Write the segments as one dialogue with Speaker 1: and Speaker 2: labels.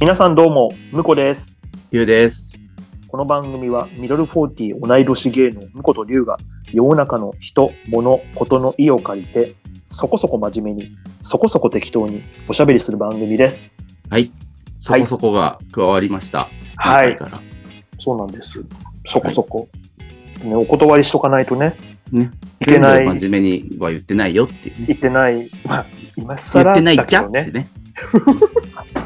Speaker 1: 皆さんどうも、むこです。
Speaker 2: ゆうです。
Speaker 1: この番組はミドル40同い年芸能むことりゅうが世の中の人、物、ことの意を借りて、そこそこ真面目に、そこそこ適当におしゃべりする番組です。
Speaker 2: はい。そこそこが加わりました。
Speaker 1: はい
Speaker 2: 前回から。
Speaker 1: そうなんです。そこそこ。ね、お断りしとかないとね、
Speaker 2: ね。
Speaker 1: いけない
Speaker 2: 全部真面目には言ってないよっていうね。
Speaker 1: 言ってない、まあ、今
Speaker 2: 言っ
Speaker 1: 更
Speaker 2: てない
Speaker 1: だ
Speaker 2: っち
Speaker 1: け
Speaker 2: ゃ
Speaker 1: ど
Speaker 2: って
Speaker 1: ね、
Speaker 2: ね。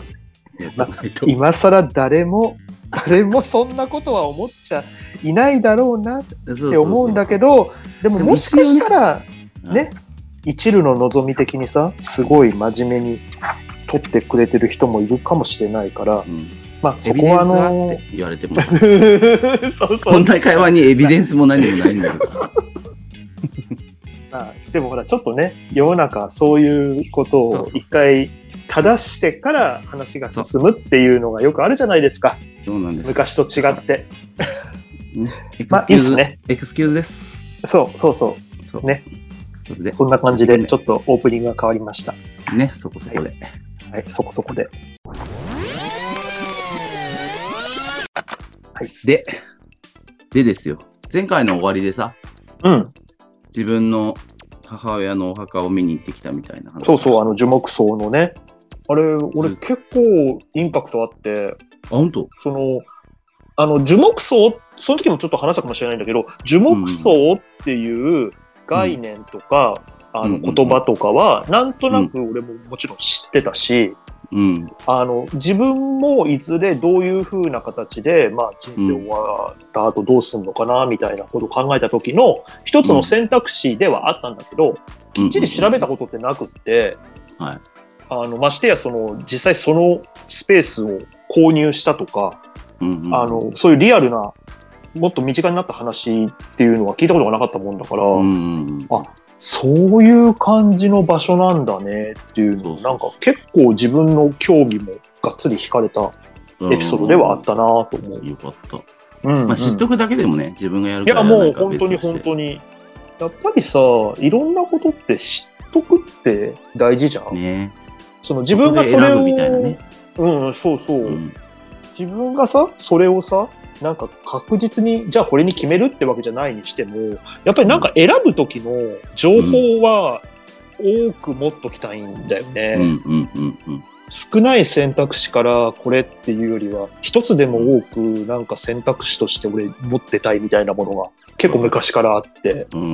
Speaker 2: 言ってないと
Speaker 1: 今更誰も、誰もそんなことは思っちゃいないだろうなっ
Speaker 2: そう
Speaker 1: て思うんだけど、でも
Speaker 2: でも
Speaker 1: もしかしたら、
Speaker 2: ど
Speaker 1: ね、一縷の望み的にさすごい真面目に撮ってくれてる人もいるかもしれないから
Speaker 2: うん、
Speaker 1: まあそ
Speaker 2: エビ
Speaker 1: こ
Speaker 2: デン
Speaker 1: はあ
Speaker 2: スはっ
Speaker 1: の
Speaker 2: て言われても、
Speaker 1: そうそ
Speaker 2: こん
Speaker 1: う
Speaker 2: な会話にエビデンスも何もないんだけどさ。
Speaker 1: あでもほらちょっとね世の中そういうこと
Speaker 2: そう
Speaker 1: を
Speaker 2: そうそう
Speaker 1: 一回正してから話が進むっていうのがよくあるじゃないですか
Speaker 2: そうなんです。
Speaker 1: 昔と違って
Speaker 2: エク
Speaker 1: まあ
Speaker 2: スキ
Speaker 1: いい
Speaker 2: ュ
Speaker 1: っ
Speaker 2: ーズ、
Speaker 1: すね
Speaker 2: エクスキューズです。
Speaker 1: そうそうそ
Speaker 2: そう
Speaker 1: ね。
Speaker 2: それで
Speaker 1: う、そんな感じでちょっとオープニングが変わりました
Speaker 2: ね、そこそこで。
Speaker 1: はいそこそこで
Speaker 2: で、でですよ。前回の終わりでさ、
Speaker 1: うん
Speaker 2: 自分の母親のお墓を見に行ってきたみたいな話。
Speaker 1: そうそうあの樹木葬のねあれ俺結構インパクトあって
Speaker 2: あ、本当
Speaker 1: その、あの、樹木葬、その時もちょっと話したかもしれないんだけど、樹木葬っていう概念とか、あ
Speaker 2: うん
Speaker 1: の
Speaker 2: うんうん
Speaker 1: 言葉とかは、なんとなく俺ももちろん知ってたし、
Speaker 2: うん。
Speaker 1: あの、自分もいずれどういう風な形で、まあ人生終わった後どうすんのかな、みたいなことを考えた時の一つの選択肢ではあったんだけど、きっちり調べたことってなくって、
Speaker 2: はい
Speaker 1: あの、ましてやその、実際そのスペースを購入したとか、
Speaker 2: うんうん
Speaker 1: あの、そういうリアルな、もっと身近になった話っていうのは聞いたことがなかったもんだから、
Speaker 2: うんうんうん
Speaker 1: あそういう感じの場所なんだねっていうのを
Speaker 2: そうそうそう
Speaker 1: なんか結構自分の興味もがっつり惹かれたエピソードではあったなと思う。
Speaker 2: よかった。
Speaker 1: うんうん
Speaker 2: まあ、知っとくだけでもね、自分がやる
Speaker 1: いや
Speaker 2: か
Speaker 1: も
Speaker 2: ら
Speaker 1: う本当に本
Speaker 2: に。
Speaker 1: 当に。やっぱりさ、いろんなことって知っとくって大事じゃん。
Speaker 2: ね
Speaker 1: その自分が
Speaker 2: そ
Speaker 1: そ
Speaker 2: こで
Speaker 1: れ
Speaker 2: 選ぶ
Speaker 1: を、
Speaker 2: みたいなね。
Speaker 1: うんうん、そうそう。
Speaker 2: うん
Speaker 1: 自分がさそれをさなんか確実にじゃあこれに決めるってわけじゃないにしてもやっぱりなんか選ぶ時の情報は多く持っときたいんだよね、
Speaker 2: うんうんうんうん。
Speaker 1: 少ない選択肢からこれっていうよりは一つでも多くなんか選択肢として俺持ってたいみたいなものが結構昔からあって、
Speaker 2: うん、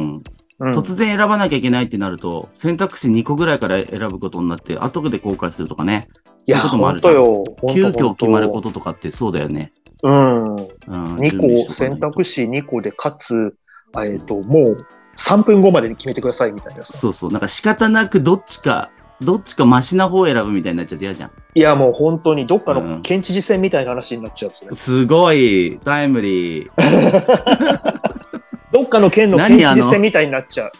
Speaker 1: うん
Speaker 2: 突然選ばなきゃいけないってなると選択肢2個ぐらいから選ぶことになって後で後悔するとかね
Speaker 1: いや
Speaker 2: そういうこともあ
Speaker 1: 本
Speaker 2: るじ
Speaker 1: 当
Speaker 2: ゃん
Speaker 1: よ
Speaker 2: 急遽決まることととかってそうだよね、
Speaker 1: うん
Speaker 2: うん、
Speaker 1: 2個選択肢
Speaker 2: 肢
Speaker 1: 2個でかつえっともう3分後までに決めてくださいみたいなさ
Speaker 2: そうそうなんか仕方なくどっちかどっちかマシな方を選ぶみたいになっちゃって嫌じゃん
Speaker 1: いやもう本当にどっか
Speaker 2: う
Speaker 1: の
Speaker 2: ん
Speaker 1: 県知事選みたいな話になっちゃうんですよね。
Speaker 2: すごいタイムリー
Speaker 1: どっかの県の県
Speaker 2: 何あ
Speaker 1: 知
Speaker 2: の
Speaker 1: 事選みたいになっちゃう。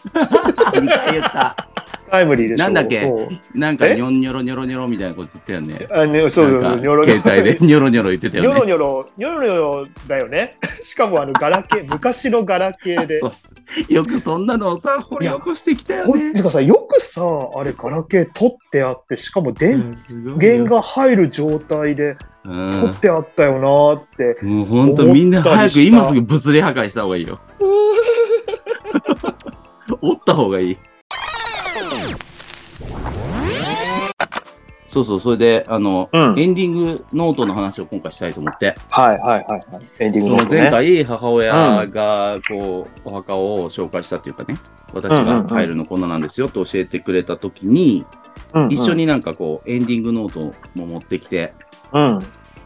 Speaker 2: 二回言った
Speaker 1: タイムリーでしょ。
Speaker 2: なんだっけ
Speaker 1: そう
Speaker 2: なんか
Speaker 1: え
Speaker 2: ニョンニョロニョロニョロみたいなこと言ってたよね。
Speaker 1: あね、そう
Speaker 2: な
Speaker 1: そう、
Speaker 2: ん
Speaker 1: ニョロ
Speaker 2: か
Speaker 1: ニョロ。
Speaker 2: 携帯でニョロニョロ言って た
Speaker 1: ニョ
Speaker 2: よ
Speaker 1: ロ
Speaker 2: ね。
Speaker 1: ニョロ、ニョロニョロだよね。 しかもあの、ガラケー、昔のガラケーで
Speaker 2: そ。うよくそんなのをさ掘り起こしてきたよ
Speaker 1: ほん
Speaker 2: ね。
Speaker 1: てかさ、よくさ、あれ、ガラケー取ってあって、しかも電源
Speaker 2: が、
Speaker 1: が入る状態で
Speaker 2: うん
Speaker 1: 取ってあったよなーって。
Speaker 2: もうほんとみんな早く今すぐ物理破壊した方がいいよ。折った方がいい。そうそう、それで、あの、
Speaker 1: うん。はい
Speaker 2: エンディングノートの話を今回したいと思って。
Speaker 1: はいはいはい。エンディングの
Speaker 2: その
Speaker 1: 音ね
Speaker 2: 前回母親がこうお墓を紹介したというかね私がカエルのこんななんですよと教えてくれた時に
Speaker 1: うんうん
Speaker 2: 一緒。になんかこうエンディングノートも持ってきて
Speaker 1: うん。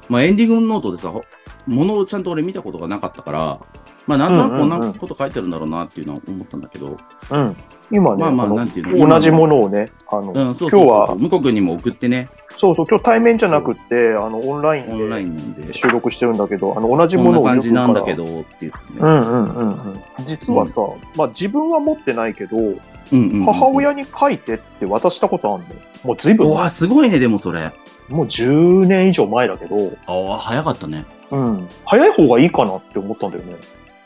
Speaker 2: まあエンディングノートでさほものをちゃんと俺見たことがなかったからまあなんとなくこんなこと書いてあるんだろうなっていうのは思ったんだけど
Speaker 1: うん。今ね、
Speaker 2: まあまあ
Speaker 1: あの
Speaker 2: なんていうの
Speaker 1: 同じものをね、あの、
Speaker 2: うんそうそ
Speaker 1: 今日
Speaker 2: うそうそ
Speaker 1: は
Speaker 2: う向こう君にも送ってね
Speaker 1: そうそう、今日対面じゃなくって、あの、オンライ
Speaker 2: オ
Speaker 1: ン
Speaker 2: ンライ
Speaker 1: で
Speaker 2: ンなんで
Speaker 1: 収録してるんだけど、あの、同じ
Speaker 2: こ
Speaker 1: も
Speaker 2: んな
Speaker 1: のを
Speaker 2: 感
Speaker 1: よく
Speaker 2: じなんだけどっていう
Speaker 1: う
Speaker 2: ね
Speaker 1: んうんうんうん。実はさ、まあ自分は持ってないけど、
Speaker 2: うんうんうん
Speaker 1: 母親に書いてって渡したことあるの。もう随分、
Speaker 2: う
Speaker 1: も
Speaker 2: わすごいねでもそれあ
Speaker 1: う10年以上前だけど、
Speaker 2: あ早かったね
Speaker 1: うん。早い方がいいかなって思ったんだよね。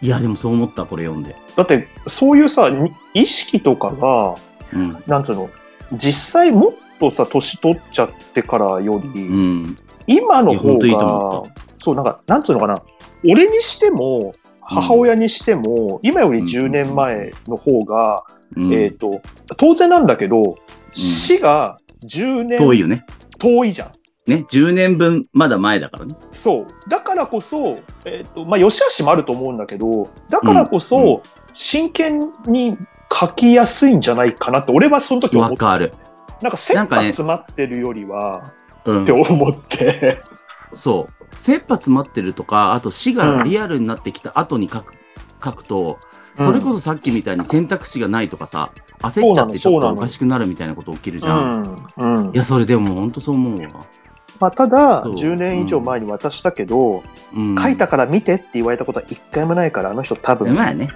Speaker 2: いやでもそう思ったこれ読んで
Speaker 1: だって、そういうさ、に意識とかが、
Speaker 2: うん
Speaker 1: なんつうの、実際もっとさ、年取っちゃってからより、
Speaker 2: うん
Speaker 1: 今の
Speaker 2: いや
Speaker 1: 方
Speaker 2: 本当いいと思
Speaker 1: が、そう、なんか、なんつうのかな、俺にしても、母親にしても、今より10年前の方が、
Speaker 2: うん
Speaker 1: えっ、と、当然なんだけど、死が10年
Speaker 2: 遠いよね。
Speaker 1: 遠いじゃん。
Speaker 2: ね、10年分まだ前だからね。
Speaker 1: そう。だからこそ、えっ、と、まあ、良し悪しもあると思うんだけど、だからこそ、
Speaker 2: うんう
Speaker 1: 真剣に書きやすいんじゃないかなって、俺はその時思
Speaker 2: わ
Speaker 1: った。
Speaker 2: かる。
Speaker 1: なんか、切
Speaker 2: なんか
Speaker 1: 羽
Speaker 2: ね
Speaker 1: 詰まってるよりは、
Speaker 2: うん
Speaker 1: って思って。
Speaker 2: そう。切羽詰まってるとか、あと死がリアルになってきた後に書く,、書くと、それこそさっきみたいに選択肢がないとかさ、焦っちゃってち
Speaker 1: そ
Speaker 2: ょ
Speaker 1: う
Speaker 2: っ
Speaker 1: な
Speaker 2: と
Speaker 1: の
Speaker 2: おかしくなるみたいなこと起きるじゃん。
Speaker 1: うん。うん
Speaker 2: いや、それでも本当そう思うわ。
Speaker 1: まあ、ただ、
Speaker 2: そう
Speaker 1: 10年以上前に渡したけど、
Speaker 2: うん、
Speaker 1: 書いたから見てって言われたことは一回もないから、あの人多分、
Speaker 2: まあね。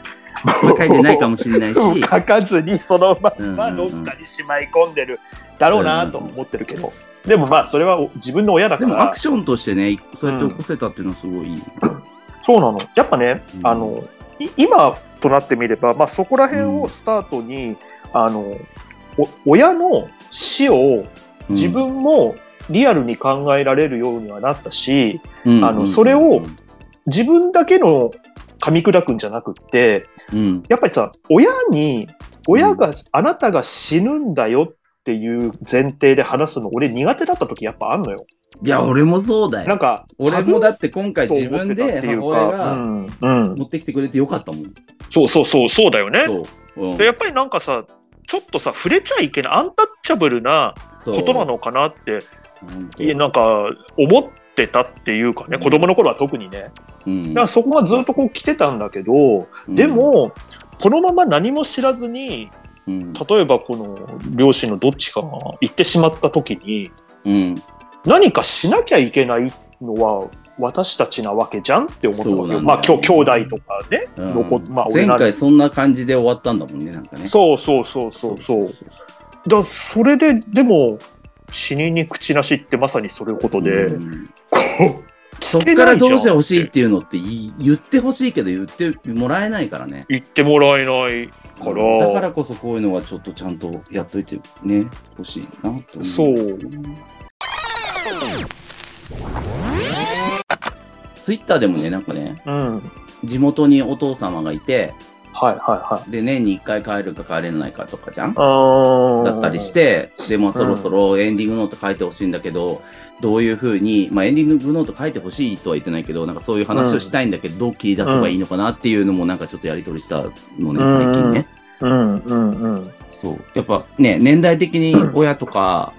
Speaker 2: まあ書いてないかもしれ ないし、
Speaker 1: 書かずにそのまんま
Speaker 2: うん
Speaker 1: ど
Speaker 2: うん
Speaker 1: っ
Speaker 2: うん
Speaker 1: かにしまい込んでるだろうなと思ってるけど、でもまあ、それはお自分の親だか
Speaker 2: でもア
Speaker 1: ら
Speaker 2: ク、ションとしてね、そうやって起こせたっていうのはすごいいい。
Speaker 1: そうなの。やっぱね、
Speaker 2: うん
Speaker 1: あの、い今となってみれば、まあ、そこら辺をスタートに、あの、お親の死を
Speaker 2: うん
Speaker 1: 自、分もリアルに考えられるようにはなったし、
Speaker 2: うん
Speaker 1: あのそれを、自分だけの噛み砕くんじゃなくって
Speaker 2: うん、
Speaker 1: やっぱりさ親に親が、あなたが死ぬんだよっていう前提で話すの俺苦手だった時やっぱあんのよ。
Speaker 2: いや、俺もそうだ
Speaker 1: なん
Speaker 2: よ。
Speaker 1: か
Speaker 2: 俺もだ
Speaker 1: っ
Speaker 2: って今回自分で母親
Speaker 1: う
Speaker 2: が
Speaker 1: んうん、
Speaker 2: 持ってきてくれてよかったもん。
Speaker 1: そうそうそうそうだよね。
Speaker 2: そううん
Speaker 1: でやっぱりなんかさちょっとさ触れちゃいけないアンタッチャブルな
Speaker 2: そう
Speaker 1: ことなのかなって
Speaker 2: 本当
Speaker 1: いやなんか思ってたっていうかね子供の頃は特にね。
Speaker 2: うん
Speaker 1: だからそこがずっとこう来てたんだけど、で、もこのまま何も知らずに
Speaker 2: うんうん
Speaker 1: 例えばこの両親のどっちかが行ってしまった時に
Speaker 2: うん、
Speaker 1: 何かしなきゃいけないのは私たちなわけじゃんって思った
Speaker 2: そう
Speaker 1: わけ
Speaker 2: なんだ
Speaker 1: よ。
Speaker 2: よ
Speaker 1: まあ、きょ兄弟とかね。
Speaker 2: うん
Speaker 1: 残っまあ俺
Speaker 2: 前
Speaker 1: なり
Speaker 2: 回そんな感じで終わったんだもんね、なんかね。
Speaker 1: そうそうそうそうそう。だからそれで、でも、死人に口なしってまさにそういうことで、
Speaker 2: うん
Speaker 1: こ
Speaker 2: そっからどうしてほしいっていうのってい言ってほしいけど言ってもらえないからね。
Speaker 1: う言ってもらえないから、
Speaker 2: だからこそこういうのはちょっとちゃんとやっといてね、ほしいなと思う。
Speaker 1: そう。
Speaker 2: ツイッターでもね、なんかね、
Speaker 1: うん。はい
Speaker 2: 地元にお父様がいて、
Speaker 1: はいはい。
Speaker 2: で、年に1回帰るか帰れないかとかじゃん
Speaker 1: あー
Speaker 2: だったりし、て、で、まあそろそろエンディングノート書いてほしいんだけど、どういうふうに、まあエンディングノート書いてほしいとは言ってないけど、なんかそういう話をしたいんだけど、どう切り出せばいいのかなっていうのもなんかちょっとやり取りしたのね、最近ね。
Speaker 1: うんうんうん。
Speaker 2: そう。やっぱね、年代的に親とか、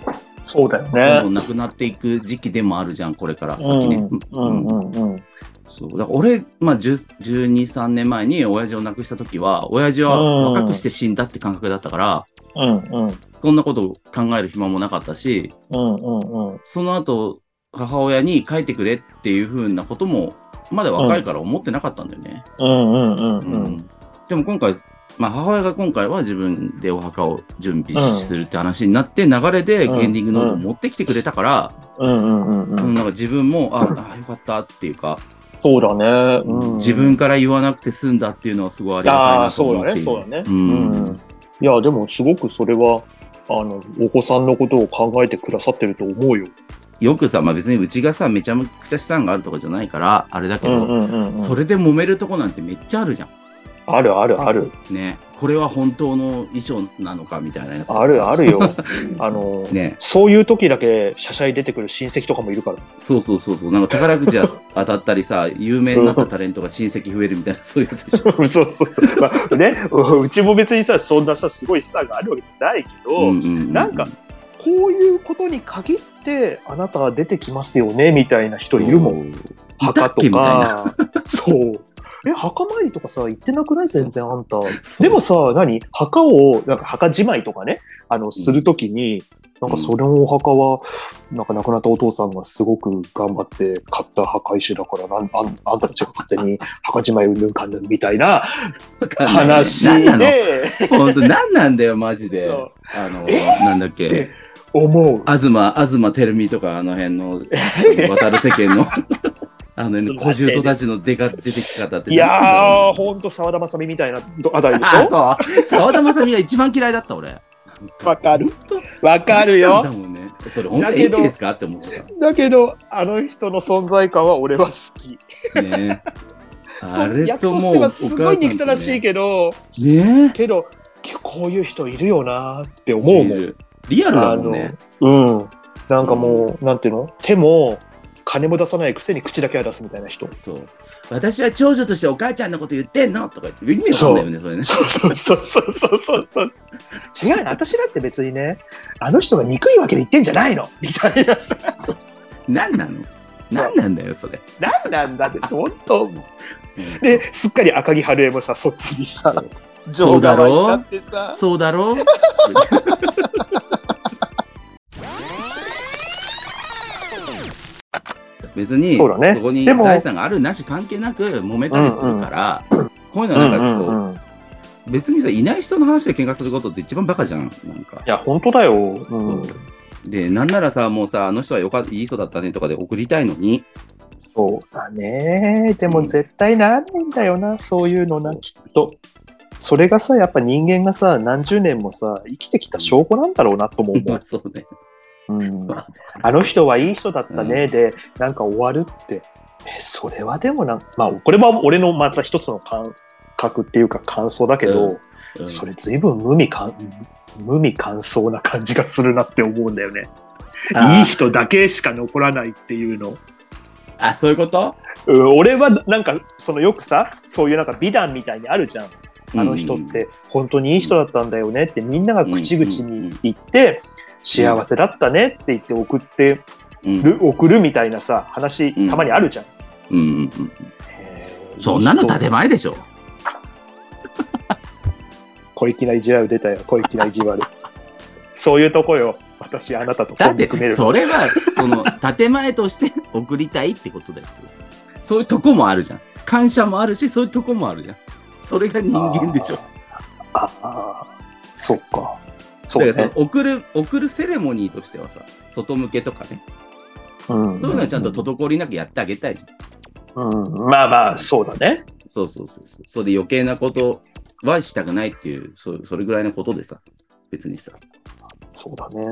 Speaker 1: そうだ
Speaker 2: どん
Speaker 1: よ
Speaker 2: どん
Speaker 1: ね。
Speaker 2: 亡くなっていく時期でもあるじゃん、これから先ね。
Speaker 1: うんうんうんうん。
Speaker 2: そう。だから俺、まあ10 12、3年前に親父を亡くした時は、親父は若くして死んだって感覚だったから、
Speaker 1: うんうん
Speaker 2: そんなことを考える暇もなかったし、
Speaker 1: うんうんうん。
Speaker 2: その後、母親に書いてくれっていうふうなことも、まだ若いから思ってなかったんだよね。
Speaker 1: うんうんうんう
Speaker 2: うんんでも今回、まあ、母親が今回は自分でお墓を準備するって話になって、流れでエ
Speaker 1: うん
Speaker 2: ンディングノートを持ってきてくれたから、
Speaker 1: うんうんうん
Speaker 2: う
Speaker 1: うん
Speaker 2: んなんか自分も、ああ、よかったっていうか、
Speaker 1: そうだね、うん、
Speaker 2: 自分から言わなくて済んだっていうのはすごいありがたい
Speaker 1: ああ
Speaker 2: なと
Speaker 1: そう
Speaker 2: 思っ
Speaker 1: だ
Speaker 2: て
Speaker 1: ね
Speaker 2: いる
Speaker 1: そうだね
Speaker 2: うん
Speaker 1: うんいやでもすごくそれはあのお子さんのことを考えてくださってると思うよ、
Speaker 2: よくさ、まあ、別にうちがさ、めちゃくちゃ資産があるとかじゃないから、あれだけど、
Speaker 1: んうん
Speaker 2: それで揉めるとこなんてめっちゃあるじゃん。
Speaker 1: あるあるある
Speaker 2: ね、これは本当の衣装なのかみたいなやつ
Speaker 1: あるあるよあの、
Speaker 2: ね
Speaker 1: そういう時だけしゃしゃい出てくる親戚とかもいるから
Speaker 2: そうそうそうそうなんか宝くじが当たった りさ有名になったタレントが親戚増えるみたいなそういうやつでしょ、
Speaker 1: そうそうそう、まあ、ねうちも別にさそんなさすごい資産があるわけじゃないけど、
Speaker 2: うんうんうん
Speaker 1: なんかこういうことに限ってあなたは出てきますよねみたいな人いるもん
Speaker 2: ん
Speaker 1: 墓と
Speaker 2: みたいな
Speaker 1: か、 そう。え、墓参りとかさ、行ってなくない全然あんた。
Speaker 2: そう
Speaker 1: でもさ、何墓を、なんか墓じまいとかね、あの、するときに、なんかそれのお墓は、なんか亡くなったお父さんがすごく頑張って買った墓石だから、なんあんあんたたちが勝手に墓じまいうんぬんかんぬんみたい な
Speaker 2: わかんないね
Speaker 1: 話
Speaker 2: なんな
Speaker 1: で、
Speaker 2: の本当なんなんだよマジで
Speaker 1: そう
Speaker 2: あの
Speaker 1: え
Speaker 2: なんだっ
Speaker 1: って
Speaker 2: け
Speaker 1: 思う。
Speaker 2: 東東照美とかあの辺のあの渡る世 間のあの辺の小獣たちの出が出てき方って
Speaker 1: いやー、ほんと沢田まさみみたいなどあたりでし
Speaker 2: あ
Speaker 1: ょ
Speaker 2: そう澤田まさみが一番嫌いだった俺
Speaker 1: わかるわかる
Speaker 2: だ
Speaker 1: よ。
Speaker 2: もんねそれ本当に演技ですかって思って
Speaker 1: だけど、あの人の存在感は俺は好き。
Speaker 2: た。ね
Speaker 1: そ
Speaker 2: あ
Speaker 1: う
Speaker 2: れ
Speaker 1: 役
Speaker 2: と
Speaker 1: とし
Speaker 2: もう
Speaker 1: て
Speaker 2: お
Speaker 1: は
Speaker 2: 母
Speaker 1: す
Speaker 2: さん
Speaker 1: ごい
Speaker 2: と
Speaker 1: 憎たらしい
Speaker 2: ね
Speaker 1: けど、
Speaker 2: ね
Speaker 1: けど、こういう人いるよなって思うもん。
Speaker 2: リアル
Speaker 1: あ
Speaker 2: だもん
Speaker 1: の
Speaker 2: ね。
Speaker 1: うん。なんかもう、なんていうの手も金も出さないくせに口だけは出すみたいな人。
Speaker 2: そう。私は長女としてお母ちゃんのこと言ってんのとか言って、意味わかんないよね、それね。
Speaker 1: そうそうそうそうそうそうそう。違うの私だって別にね、あの人が憎いわけで言ってんじゃないのみたいな さ。
Speaker 2: 何なの何なんだよ、それ。
Speaker 1: 何なんだって、本当で、すっかり赤木春恵もさ、そっちにさ、情が湧いちゃってさ。
Speaker 2: そうだろう 別に
Speaker 1: そうだね
Speaker 2: こに
Speaker 1: でも
Speaker 2: 財産があるなし関係なく揉めたりするから、こういうのはなんかこう、
Speaker 1: うん
Speaker 2: 別にさいない人の話で喧嘩することって一番バカじゃんなんか
Speaker 1: いや、本当だよ。うん。
Speaker 2: でなんならさもうさあの人はよかいい人だったねとかで送りたいのに
Speaker 1: そうだね。で
Speaker 2: う
Speaker 1: も
Speaker 2: ん
Speaker 1: 絶対なんないんだよな、そういうのな、きっと。それがさ、やっぱ人間がさ、何十年もさ、生きてきた証拠なんだろうなとも
Speaker 2: ま
Speaker 1: 思
Speaker 2: あ そうね
Speaker 1: う。うん
Speaker 2: そう
Speaker 1: あの人はいい人だったね、で、なんか終わるって。え、それはでもなんまあ、これは俺のまた一つの感覚っていうか感想だけど、
Speaker 2: うん
Speaker 1: それ随分無味感、無味乾燥な感じがするなって思うんだよね。
Speaker 2: あー
Speaker 1: いい人だけしか残らないっていうの。
Speaker 2: あそういうこと
Speaker 1: うん俺はなんかそのよくさそういうなんか美談みたいにあるじゃんあの人っ
Speaker 2: うん
Speaker 1: て本当にいい人だったんだよねってみんなが口々に言って幸せだったねって言って送って
Speaker 2: うん
Speaker 1: る送るみたいなさ話
Speaker 2: うん
Speaker 1: たまにあるじゃん。
Speaker 2: うんうんうんそんなの建
Speaker 1: ば
Speaker 2: 前でしょ
Speaker 1: 小粋な意地悪出たよ小粋な意地 悪そういうとこよ私あなたと
Speaker 2: だ
Speaker 1: コ
Speaker 2: っ
Speaker 1: ンビ組め
Speaker 2: て
Speaker 1: る
Speaker 2: それはその建前として送りたいってことですそういうとこもあるじゃん感謝もあるしそういうとこもあるじゃんそれが人間でしょ
Speaker 1: ああそっかそ
Speaker 2: だ
Speaker 1: う
Speaker 2: から
Speaker 1: ね
Speaker 2: その送る送るセレモニーとしてはさ外向けとかね
Speaker 1: うん
Speaker 2: そういうのはちゃんと滞りなくやってあげたいじゃん
Speaker 1: うんまあまあそうだね
Speaker 2: そうそうそうそうそれで余計なことはしたくないっていうそうそれぐらいのことでさ別にさ、
Speaker 1: そうだね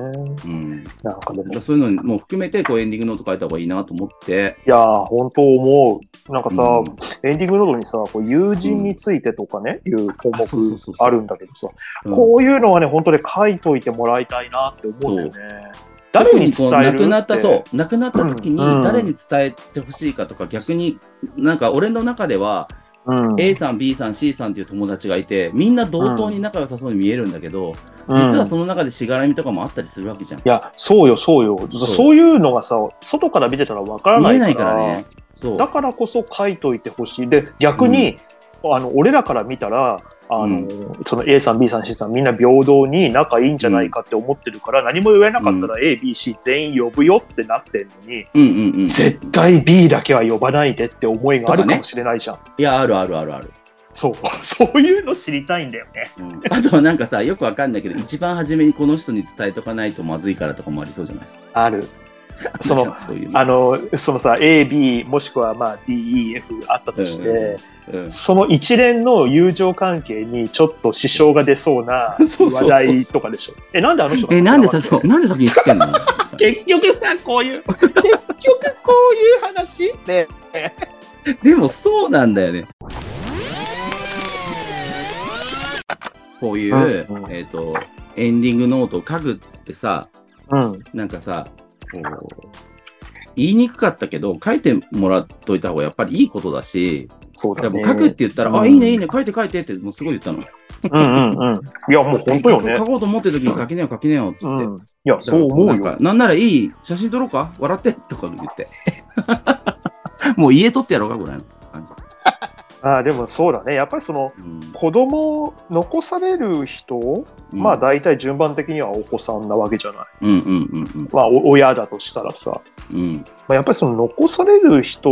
Speaker 2: うん、だ
Speaker 1: なんかでも
Speaker 2: からそういうのも含めてこうエンディングノート書いた方がいいなと思って
Speaker 1: いやー、本当思う。なんかさ、
Speaker 2: うん
Speaker 1: エンディングノードにさ、こう友人についてとかね、いう項
Speaker 2: あそうそう
Speaker 1: 目
Speaker 2: そうそう
Speaker 1: あるんだけどさ、
Speaker 2: うん
Speaker 1: こういうのはね、本当で書いといてもらいたいなって思うんだよね。誰に伝え
Speaker 2: 特
Speaker 1: る
Speaker 2: こう亡くなった、
Speaker 1: って
Speaker 2: そう、亡くなった時に
Speaker 1: うん
Speaker 2: 誰に伝えてほしいかとか、逆に、なんか俺の中では、
Speaker 1: うん、
Speaker 2: A さん、B さん、C さんっていう友達がいて、みんな同等に仲良さそうに見えるんだけど、実はそ
Speaker 1: の。
Speaker 2: の中でしがらみとかもあったりするわけじゃん。
Speaker 1: いや、そうよ、そうよ。
Speaker 2: う
Speaker 1: そそういうのがさ、外から見てたらわから
Speaker 2: 見
Speaker 1: な
Speaker 2: え
Speaker 1: い
Speaker 2: な
Speaker 1: から
Speaker 2: いからね。そう。
Speaker 1: だからこそ書いといてほしい。で、逆に、あの俺らから見たら、あの
Speaker 2: うん
Speaker 1: その A さん、B さん、C さん、みんな平等に仲いいんじゃないかって思ってるから、何も言えなかったら A、B、C 全員呼ぶよってなってんのに、
Speaker 2: うんうんうん。
Speaker 1: 絶対 B だけは呼ばないでって思いがあるか
Speaker 2: とか
Speaker 1: も
Speaker 2: ね
Speaker 1: しれないじゃん。
Speaker 2: いや、あるあるあるある。
Speaker 1: そう、そう いうの知りたいんだよね。
Speaker 2: うんあとはなんかさ、よくわかんないけど、一番初めにこの人に伝えとかないとまずいからとかもありそうじゃない
Speaker 1: ある。そ の
Speaker 2: そういうの
Speaker 1: あの、そのさ、A、B、もしくはまあ D、E、F あったとして、
Speaker 2: うんうん
Speaker 1: その一連の友情関係にちょっと支障が出そうな
Speaker 2: そうそう
Speaker 1: 話
Speaker 2: そうそう
Speaker 1: 題とかでしょ。え、なんであの人が
Speaker 2: え、なんでさ、
Speaker 1: 嫌
Speaker 2: そ
Speaker 1: わ
Speaker 2: う、なんで先に知ってんの
Speaker 1: れてる結局さ、こう いう、結局こういう話って、
Speaker 2: でもそうなんだよね。こういう、
Speaker 1: うんうん
Speaker 2: えっ、と、エンディングノートを書くってさ、
Speaker 1: うん、
Speaker 2: なんかさ、こう、言いにくかったけど、書いてもらっといた方がやっぱりいいことだし、
Speaker 1: そうだ
Speaker 2: で
Speaker 1: ね。
Speaker 2: も書くって言ったら、
Speaker 1: うん
Speaker 2: あ、いいね、いいね、書いて書いてって、もうすごい言ったの。
Speaker 1: うんうんうん。いや、もう 本当よ
Speaker 2: 書
Speaker 1: ね。
Speaker 2: こうと思ってる時に書きなよ、書きなよって
Speaker 1: う
Speaker 2: 言って。
Speaker 1: ん。いや、そう思
Speaker 2: な
Speaker 1: うん
Speaker 2: か
Speaker 1: よ。
Speaker 2: なんならいい写真撮ろうか笑ってとか言って。 もう家撮ってやろうかぐらいの感じ。
Speaker 1: あーでもそうだね。やっぱりその、
Speaker 2: うん
Speaker 1: 子供を残される人、
Speaker 2: うん
Speaker 1: まあ大体順番的にはお子さんなわけじゃない。
Speaker 2: うんうんうんうん。
Speaker 1: まあお親だとしたらさ、
Speaker 2: う
Speaker 1: ま
Speaker 2: ん、
Speaker 1: あ、やっぱりその残される人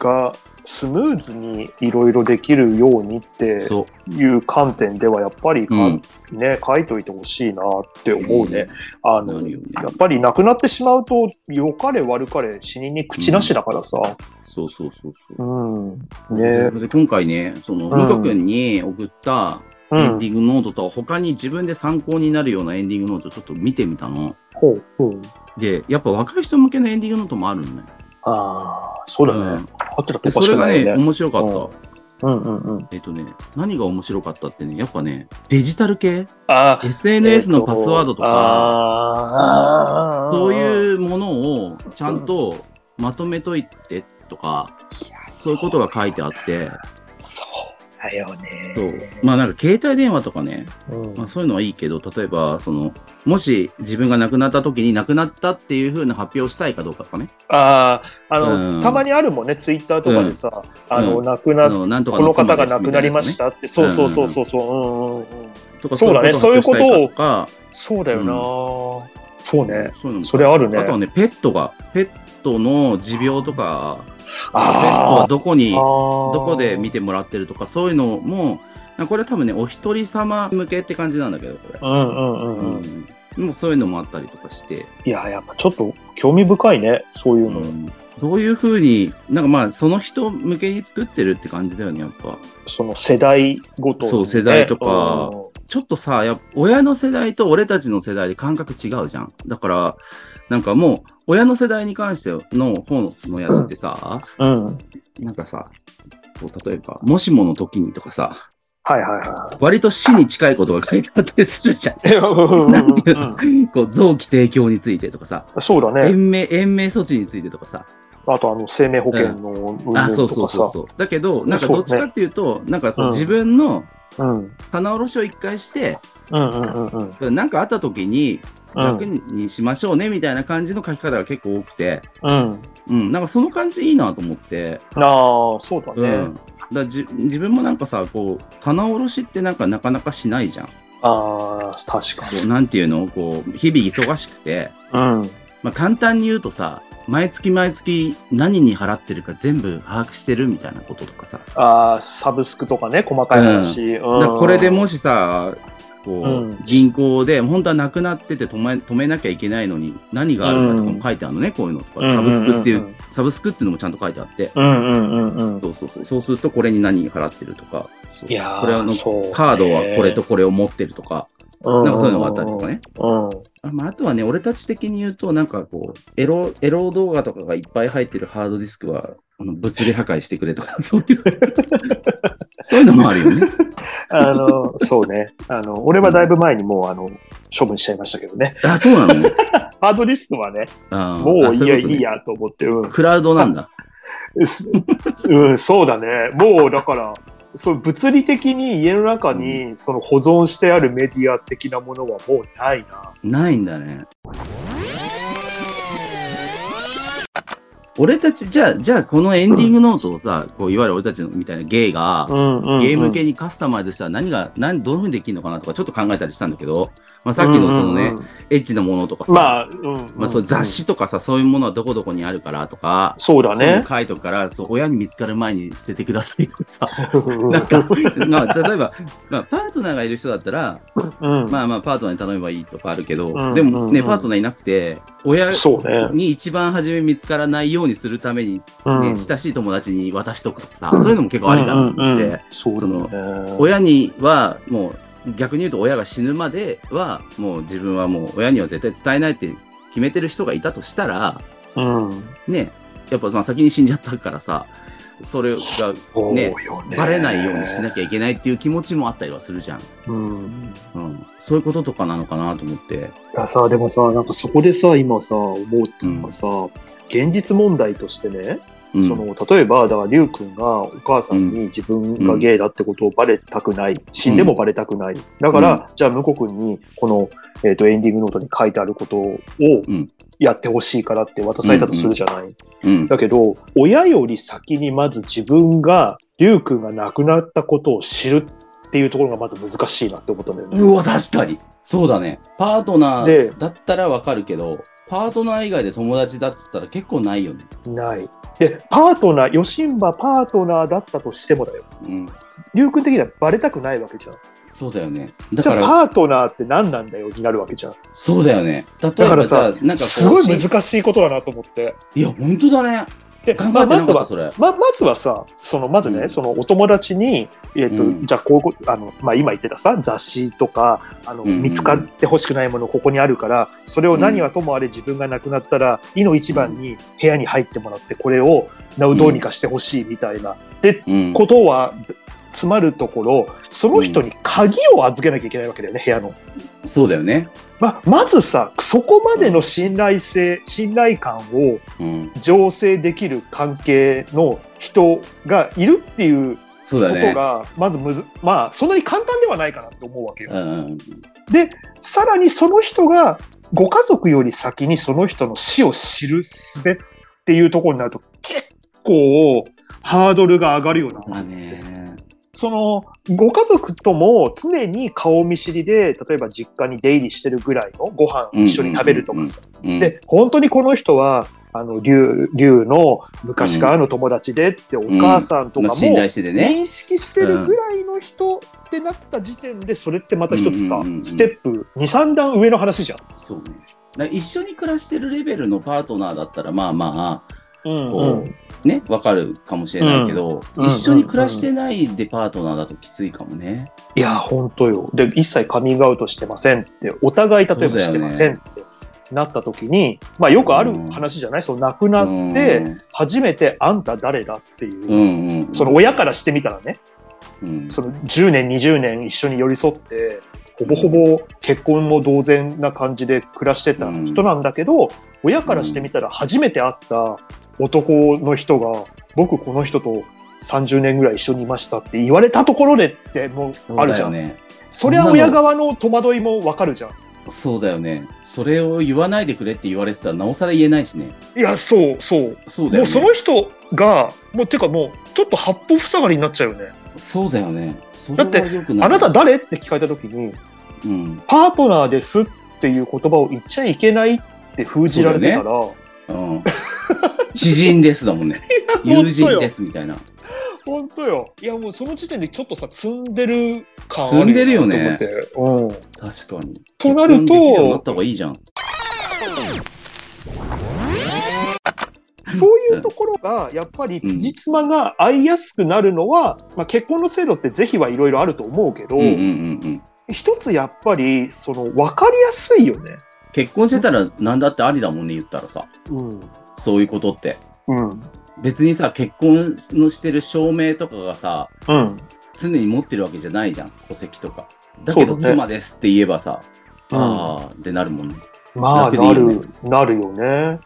Speaker 1: がスムーズにいろいろできるようにって
Speaker 2: そう。
Speaker 1: いう観点ではやっぱりか、
Speaker 2: うん
Speaker 1: ね、書いといてほしいなって思うね。あの
Speaker 2: なるよね
Speaker 1: やっぱり亡くなってしまうと良かれ悪かれ死人に口なしだからさ。
Speaker 2: そうそうそうそうう。
Speaker 1: ん、ね
Speaker 2: で今回ね、その、
Speaker 1: ん
Speaker 2: ふうかくんに送った
Speaker 1: う
Speaker 2: エンデ
Speaker 1: ん。
Speaker 2: ィングノートとか、他に自分で参考になるようなエンディングノートちょっと見てみたの。
Speaker 1: ほう、ほう。
Speaker 2: で、やっぱ若い人向けのエンディングノートもあるんだよ。
Speaker 1: ああ、そうだね。
Speaker 2: うん
Speaker 1: 合ってた
Speaker 2: で
Speaker 1: とこ
Speaker 2: そ
Speaker 1: し
Speaker 2: れ
Speaker 1: か
Speaker 2: が
Speaker 1: ない
Speaker 2: ね、
Speaker 1: よね。
Speaker 2: 面白かった。
Speaker 1: うんうんうんうん。
Speaker 2: えっとね、何が面白かったってね、やっぱね、デジタル系
Speaker 1: ああ。
Speaker 2: ?SNS のパスワードとか、
Speaker 1: ああ。
Speaker 2: そ
Speaker 1: う。
Speaker 2: ういうものをちゃんとまとめといてとか、そういうことが書いてあって、
Speaker 1: そうだよね。
Speaker 2: そう。まあなんか携帯電話とかね、
Speaker 1: うん
Speaker 2: まあ、そういうのはいいけど、例えば、その、もし自分が亡くなった時に亡くなったっていう風な発表をしたいかどうかとかね。
Speaker 1: ああ、あの、
Speaker 2: うん
Speaker 1: たまにあるもんね、ツイッターとかでさ、あの、
Speaker 2: うん
Speaker 1: 亡く
Speaker 2: あ
Speaker 1: なっ
Speaker 2: の、なんとか
Speaker 1: この方が亡くなりま
Speaker 2: たい
Speaker 1: し
Speaker 2: な
Speaker 1: たって、そうそうそうそうそう、うんうんうん、
Speaker 2: やつねとか
Speaker 1: そうだね
Speaker 2: そういうことを発表したいかとか、
Speaker 1: そうだよな、そうね、
Speaker 2: そういうのも
Speaker 1: それあるね。
Speaker 2: あとはね、ペットが、ペットの持病とか、ペット
Speaker 1: あ
Speaker 2: はどこに、
Speaker 1: ー
Speaker 2: ど
Speaker 1: あー、
Speaker 2: こで見てもらってるとか、そういうのも、なんかこれは多分ね、お一人様向けって感じなんだけど、これ。
Speaker 1: うんうんうん
Speaker 2: う
Speaker 1: うん、
Speaker 2: ん。でもそういうのもあったりとかして、
Speaker 1: いや、やっぱちょっと興味深いね、そういうの。
Speaker 2: うんどういうふうに、なんかまあ、その人向けに作ってるって感じだよね、やっぱ。
Speaker 1: その世代ごとにね、
Speaker 2: そう世代とか
Speaker 1: うん
Speaker 2: ちょっとさ、やっぱ親の世代と俺たちの世代で感覚違うじゃん。だから、なんかもう、親の世代に関しての方のやつってさ、
Speaker 1: うん。
Speaker 2: なんかさ、こう例えば、もしもの時にとかさ、
Speaker 1: はいはいは
Speaker 2: 割と死に近いことが書いてあったりするじゃん。
Speaker 1: い。なん
Speaker 2: ていうのこう、臓器提供についてとかさ、
Speaker 1: そうだね。
Speaker 2: 延命、延命措置についてとかさ。
Speaker 1: あと、あの、生命保険の運用とかさ。
Speaker 2: あ、そうそうそうそう。だけど、なんかどっちかっていうと、なんかこう
Speaker 1: うん
Speaker 2: 自分の
Speaker 1: うん。
Speaker 2: 棚卸しを一回して、
Speaker 1: うんうんうんうん。
Speaker 2: なんかあった時に
Speaker 1: うん
Speaker 2: 楽にしましょうねみたいな感じの書き方が結構多くて、
Speaker 1: うん。
Speaker 2: うん、なんかその感じいいなと思って、
Speaker 1: ああ、そうだ
Speaker 2: う
Speaker 1: ね。
Speaker 2: ん、だからじ自分もなんかさこう棚卸しってなんかなかなかしないじゃんこ
Speaker 1: ああ、確かに。
Speaker 2: うなんていうのこう日々忙しくて、
Speaker 1: うん。
Speaker 2: まあ、簡単に言うとさ毎月毎月何に払ってるか全部把握してるみたいなこととかさ
Speaker 1: ああ、サブスクとかね、細かい話。うん
Speaker 2: だからこれでもしさこう、
Speaker 1: うん
Speaker 2: 銀行で本当はなくなってて止め止めなきゃいけないのに何があるかとかも書いてあるのね、こういうのとかサブスクっていう,、
Speaker 1: うんうんうん
Speaker 2: サブスクっていうのもちゃんと書いてあって
Speaker 1: うんうんうんうん。
Speaker 2: そうそうそうそうするとこれに何払ってるとかそう
Speaker 1: いや
Speaker 2: これあのカードはこれとこれを持ってるとか、
Speaker 1: な
Speaker 2: なんかそういうのがあったりとか。ね。
Speaker 1: うん。
Speaker 2: あ,、まあ、あとはね、俺たち的に言うと、なんかこう、エロ、エロ動画とかがいっぱい入ってるハードディスクは、あの物理破壊してくれとか、 そういう、そういうのもあるよね。
Speaker 1: あの、そうね。あの、俺はだいぶ前にもう、あの、処分しちゃいましたけどね。
Speaker 2: あ、そうなのね。
Speaker 1: ハードディスクはね、
Speaker 2: あー
Speaker 1: も
Speaker 2: あ
Speaker 1: うい
Speaker 2: そ
Speaker 1: いうや
Speaker 2: いう
Speaker 1: い
Speaker 2: ことね
Speaker 1: いやと思って、うん。
Speaker 2: クラウドなんだ。
Speaker 1: すうん、そうだね。もうだから、そう物理的に家の中にその保存してあるメディア的なものはもうないな。
Speaker 2: ないんだね。俺たち、じゃあ、じゃあ、このエンディングノートをさ、こういわゆる俺たちのみたいなゲイが、
Speaker 1: んうん
Speaker 2: ゲーム系にカスタマイズしたら何が、何、どういうふうにできるのかなとかちょっと考えたりしたんだけど、まあさっきのそのね、エッチなものとかさ、
Speaker 1: まあ、うん。
Speaker 2: まあそう雑。誌とかさ、そういうものはどこどこにあるからとか、
Speaker 1: そうだ
Speaker 2: そういうの
Speaker 1: ね。
Speaker 2: 書いとくから、そう親に見つかる前に捨ててくださいとかさ、
Speaker 1: うん
Speaker 2: なんか、まあ例えば、まあパートナーがいる人だったら、
Speaker 1: うん
Speaker 2: まあまあパートナーに頼めばいいとかあるけど、
Speaker 1: うん
Speaker 2: でもね、
Speaker 1: うん
Speaker 2: パートナーいなくて、親
Speaker 1: そうね。
Speaker 2: に一番初め見つからないようにするために、ね
Speaker 1: うん
Speaker 2: 親しい友達に渡しとくとかさ、そういうのも結構ありだなと
Speaker 1: う
Speaker 2: 思っ
Speaker 1: んう
Speaker 2: て。
Speaker 1: んうんそうだね。
Speaker 2: 親にはもう逆に言うと親が死ぬまではもう自分はもう親には絶対伝えないって決めてる人がいたとしたら
Speaker 1: うん。
Speaker 2: ねやっぱまあ先に死んじゃったからさそれが
Speaker 1: そう
Speaker 2: ね
Speaker 1: よね
Speaker 2: バレないようにしなきゃいけないっていう気持ちもあったりはするじゃん、
Speaker 1: うん。
Speaker 2: うん、そういうこととかなのかなと思って
Speaker 1: いやさ、でもさ、なんかそこでさ、今さ、思うっていうかさ、現実問題としてね、
Speaker 2: うん
Speaker 1: その例えば、だから、りゅうくんがお母さんに自分がゲイだってことをバレたくない、死んでもバレたくない。だから、
Speaker 2: うん
Speaker 1: じゃあ、向こうくんに、この、えっ、と、エンディングノートに書いてあることを
Speaker 2: ん
Speaker 1: やってほしいからって渡されたとするじゃない。
Speaker 2: うん
Speaker 1: だけど、親より先にまず自分が、りゅうくんが亡くなったことを知るっていうところがまず難しいなって思ったんだよね。
Speaker 2: うわ確かにそうだねパートナ
Speaker 1: で
Speaker 2: ーだったらわかるけどパートナー以外で友達だっつったら結構ないよね、
Speaker 1: ない。で、パートナー、ヨシンバパートナーだったとしてもだよ。
Speaker 2: うん、
Speaker 1: りゅうくん的にはバレたくないわけじゃん。
Speaker 2: そうだよねだ
Speaker 1: じゃ
Speaker 2: か
Speaker 1: あ、
Speaker 2: ら
Speaker 1: パートナーって何なんだよになるわけじゃん。
Speaker 2: そうだよね。例
Speaker 1: だ
Speaker 2: え
Speaker 1: か
Speaker 2: ば
Speaker 1: ら
Speaker 2: さ、
Speaker 1: さ
Speaker 2: なんかこう
Speaker 1: すごい難しいことだなと思って。
Speaker 2: いや、本当だね。
Speaker 1: で、
Speaker 2: 考えて
Speaker 1: まあま
Speaker 2: な
Speaker 1: ず
Speaker 2: かった、
Speaker 1: は、
Speaker 2: それ。
Speaker 1: ままずはさ、そのまずね、
Speaker 2: うん
Speaker 1: そのお友達に、えっと
Speaker 2: うん
Speaker 1: じゃあこういうことあの、まあ、今言ってたさ雑誌とかあの、
Speaker 2: うんうん
Speaker 1: 見つかってほしくないものここにあるからそれを何はともあれ自分が亡くなったら「い」の一番に部屋に入ってもらってこれをなうどうにかしてほしいみたいな
Speaker 2: うん
Speaker 1: ことは詰まるところその人に鍵を預けなきゃいけないわけだよね部屋の。
Speaker 2: そうだよね。
Speaker 1: まあ、まずさそこまでの信頼性信頼感を
Speaker 2: うん、
Speaker 1: 醸成できる関係の人がいるっていう
Speaker 2: そうだ
Speaker 1: こと
Speaker 2: ね。
Speaker 1: が、まずむず、まあ、そんなに簡単ではないかなって思うわけよ。
Speaker 2: うん、
Speaker 1: で、さらにその人が、ご家族より先にその人の死を知る術っていうところになると、結構、ハードルが上がるような。
Speaker 2: まあね。
Speaker 1: その、ご家族とも常に顔見知りで、例えば実家に出入りしてるぐらいのご飯一緒に食べるとかさ。
Speaker 2: うん、
Speaker 1: で、本当にこの人は、あの、竜、竜の昔からの友達でってお母さんとか
Speaker 2: ま
Speaker 1: も、
Speaker 2: あ、信頼しててね。
Speaker 1: 認識してるぐらいの人ってなった時点でそれってまた一つさ、
Speaker 2: うんうんうんうん
Speaker 1: ステップ23段上の話じゃん。
Speaker 2: そうね。だから一緒に暮らしてるレベルのパートナーだったら、まあまあ、
Speaker 1: うん
Speaker 2: こう、ね、わかるかもしれないけど、
Speaker 1: うん
Speaker 2: 一緒に暮らしてないでパートナーだときついかもね。
Speaker 1: いや本当よで一切カミングアウトしてませんってお互い例えばしてませんってなった時に、まあ、よくある話じゃない、その亡くなって初めて「あんた誰だ?」っていうう、
Speaker 2: ん、うん、うん。
Speaker 1: その親からしてみたらね
Speaker 2: うん、
Speaker 1: その10年20年一緒に寄り添ってほぼほぼ結婚も同然な感じで暮らしてた人なんだけど、親からしてみたら初めて会った男の人が僕この人と30年ぐらい一緒にいましたって言われたところでってもう
Speaker 2: そう
Speaker 1: ある
Speaker 2: だ
Speaker 1: じゃ
Speaker 2: よ
Speaker 1: んそ,、り
Speaker 2: ね。
Speaker 1: ゃ親側の戸惑いもわかるじゃん
Speaker 2: そうだよね。それを言わないでくれって言われてたら、なおさら言えないしね。
Speaker 1: いやそうそう
Speaker 2: そうだ
Speaker 1: も
Speaker 2: よ
Speaker 1: う
Speaker 2: ね。
Speaker 1: その人がもうてかもうちょっと八方塞がりになっちゃうよね
Speaker 2: そうだよね。そ
Speaker 1: だって
Speaker 2: れは良くない
Speaker 1: あなた、誰って聞かれた時に
Speaker 2: うん
Speaker 1: パートナーですっていう言葉を言っちゃいけないって封じられてたら、
Speaker 2: うん、知人ですだ もんね。友人ですみたいな。
Speaker 1: 本当よ。いやもうその時点でちょっとさ積んでる感
Speaker 2: 積んでるよね
Speaker 1: あると思って。うん。
Speaker 2: 確かに。
Speaker 1: となると
Speaker 2: 結婚できるようになった方がいいじゃん。
Speaker 1: そういうところがやっぱり辻褄が合いやすくなるのは、まあ結婚の制度って是非はいろいろあると思うけど、
Speaker 2: うんうんうんうん。
Speaker 1: 一つやっぱりその分かりやすいよね。
Speaker 2: 結婚してたら何だってありだもんね、言ったらさ。
Speaker 1: うん。
Speaker 2: そういうことって。
Speaker 1: うん。
Speaker 2: 別にさ、結婚のしてる証明とかがさ、
Speaker 1: うん。
Speaker 2: 常に持ってるわけじゃないじゃん。戸籍とか。だけど、
Speaker 1: そうだね
Speaker 2: 妻ですって言えばさ、
Speaker 1: うん
Speaker 2: ああ、ってなるもんね。
Speaker 1: まあ
Speaker 2: 楽でいい
Speaker 1: な
Speaker 2: よね
Speaker 1: るなるよね。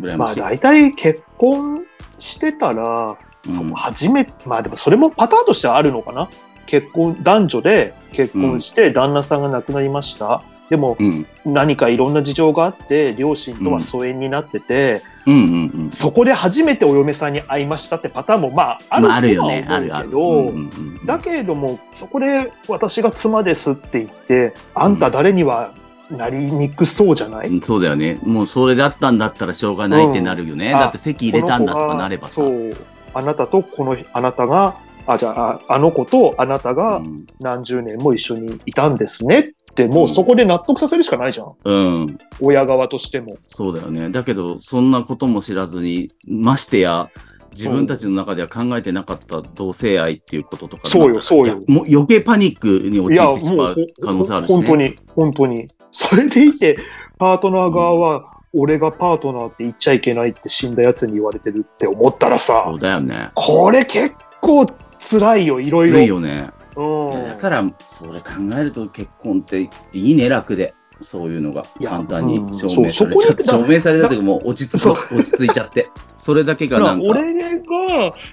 Speaker 2: 羨
Speaker 1: ま
Speaker 2: ま
Speaker 1: あ
Speaker 2: しい。
Speaker 1: 大体結婚してたら、そ
Speaker 2: うん
Speaker 1: の初めまあでもそれもパターンとしてはあるのかな結婚男女で結婚して旦那さんが亡くなりました、でも
Speaker 2: うん。
Speaker 1: 何かいろんな事情があって両親とは疎遠になってて、
Speaker 2: うんうんうん。
Speaker 1: そこで初めてお嫁さんに会いましたってパターンもまあある
Speaker 2: まあ、ある
Speaker 1: と
Speaker 2: よ
Speaker 1: は
Speaker 2: ね。あるある。
Speaker 1: 思うけど。
Speaker 2: んうんうん
Speaker 1: だけれどもそこで私が妻ですって言ってあんた誰にはなりにくそうじゃない、
Speaker 2: うんそうだよね。もうそれだったんだったらしょうがないってなるよ
Speaker 1: う
Speaker 2: ね。
Speaker 1: んあ
Speaker 2: だって席入れたんだとかなればさ。
Speaker 1: この子がそうあなたとこのあなたがあじゃあああの子とあなたが
Speaker 2: うん
Speaker 1: 何十年も一緒にいたんですねってもううんそこで納得させるしかないじゃん、
Speaker 2: うん。
Speaker 1: 親側としても
Speaker 2: そうだよね。だけど、そんなことも知らずに、ましてや、自分たちの中では考えてなかった同性愛っていうこととか、
Speaker 1: そうよそうよ
Speaker 2: いやもう余計パニックに
Speaker 1: い
Speaker 2: 陥
Speaker 1: や
Speaker 2: っ
Speaker 1: も
Speaker 2: てしま
Speaker 1: う
Speaker 2: う可能性あるし、ね。
Speaker 1: 本当に本当にそれでいてパートナー側は俺がパートナーって言っちゃいけないって死んだやつに言われてるって思ったら
Speaker 2: そ
Speaker 1: さ
Speaker 2: うだよね。
Speaker 1: これ結構辛いよいろいろ
Speaker 2: 強いよね。いや
Speaker 1: うん
Speaker 2: だから、それ考えると結婚っていいね、楽で。そういうのが
Speaker 1: いや
Speaker 2: 簡単に
Speaker 1: うん
Speaker 2: 証明されちゃっ
Speaker 1: そう
Speaker 2: て、
Speaker 1: そこに
Speaker 2: 証明されたというかもう落ち着
Speaker 1: そう
Speaker 2: 落ち着いちゃって、それだけが
Speaker 1: だから
Speaker 2: なんか。
Speaker 1: 俺が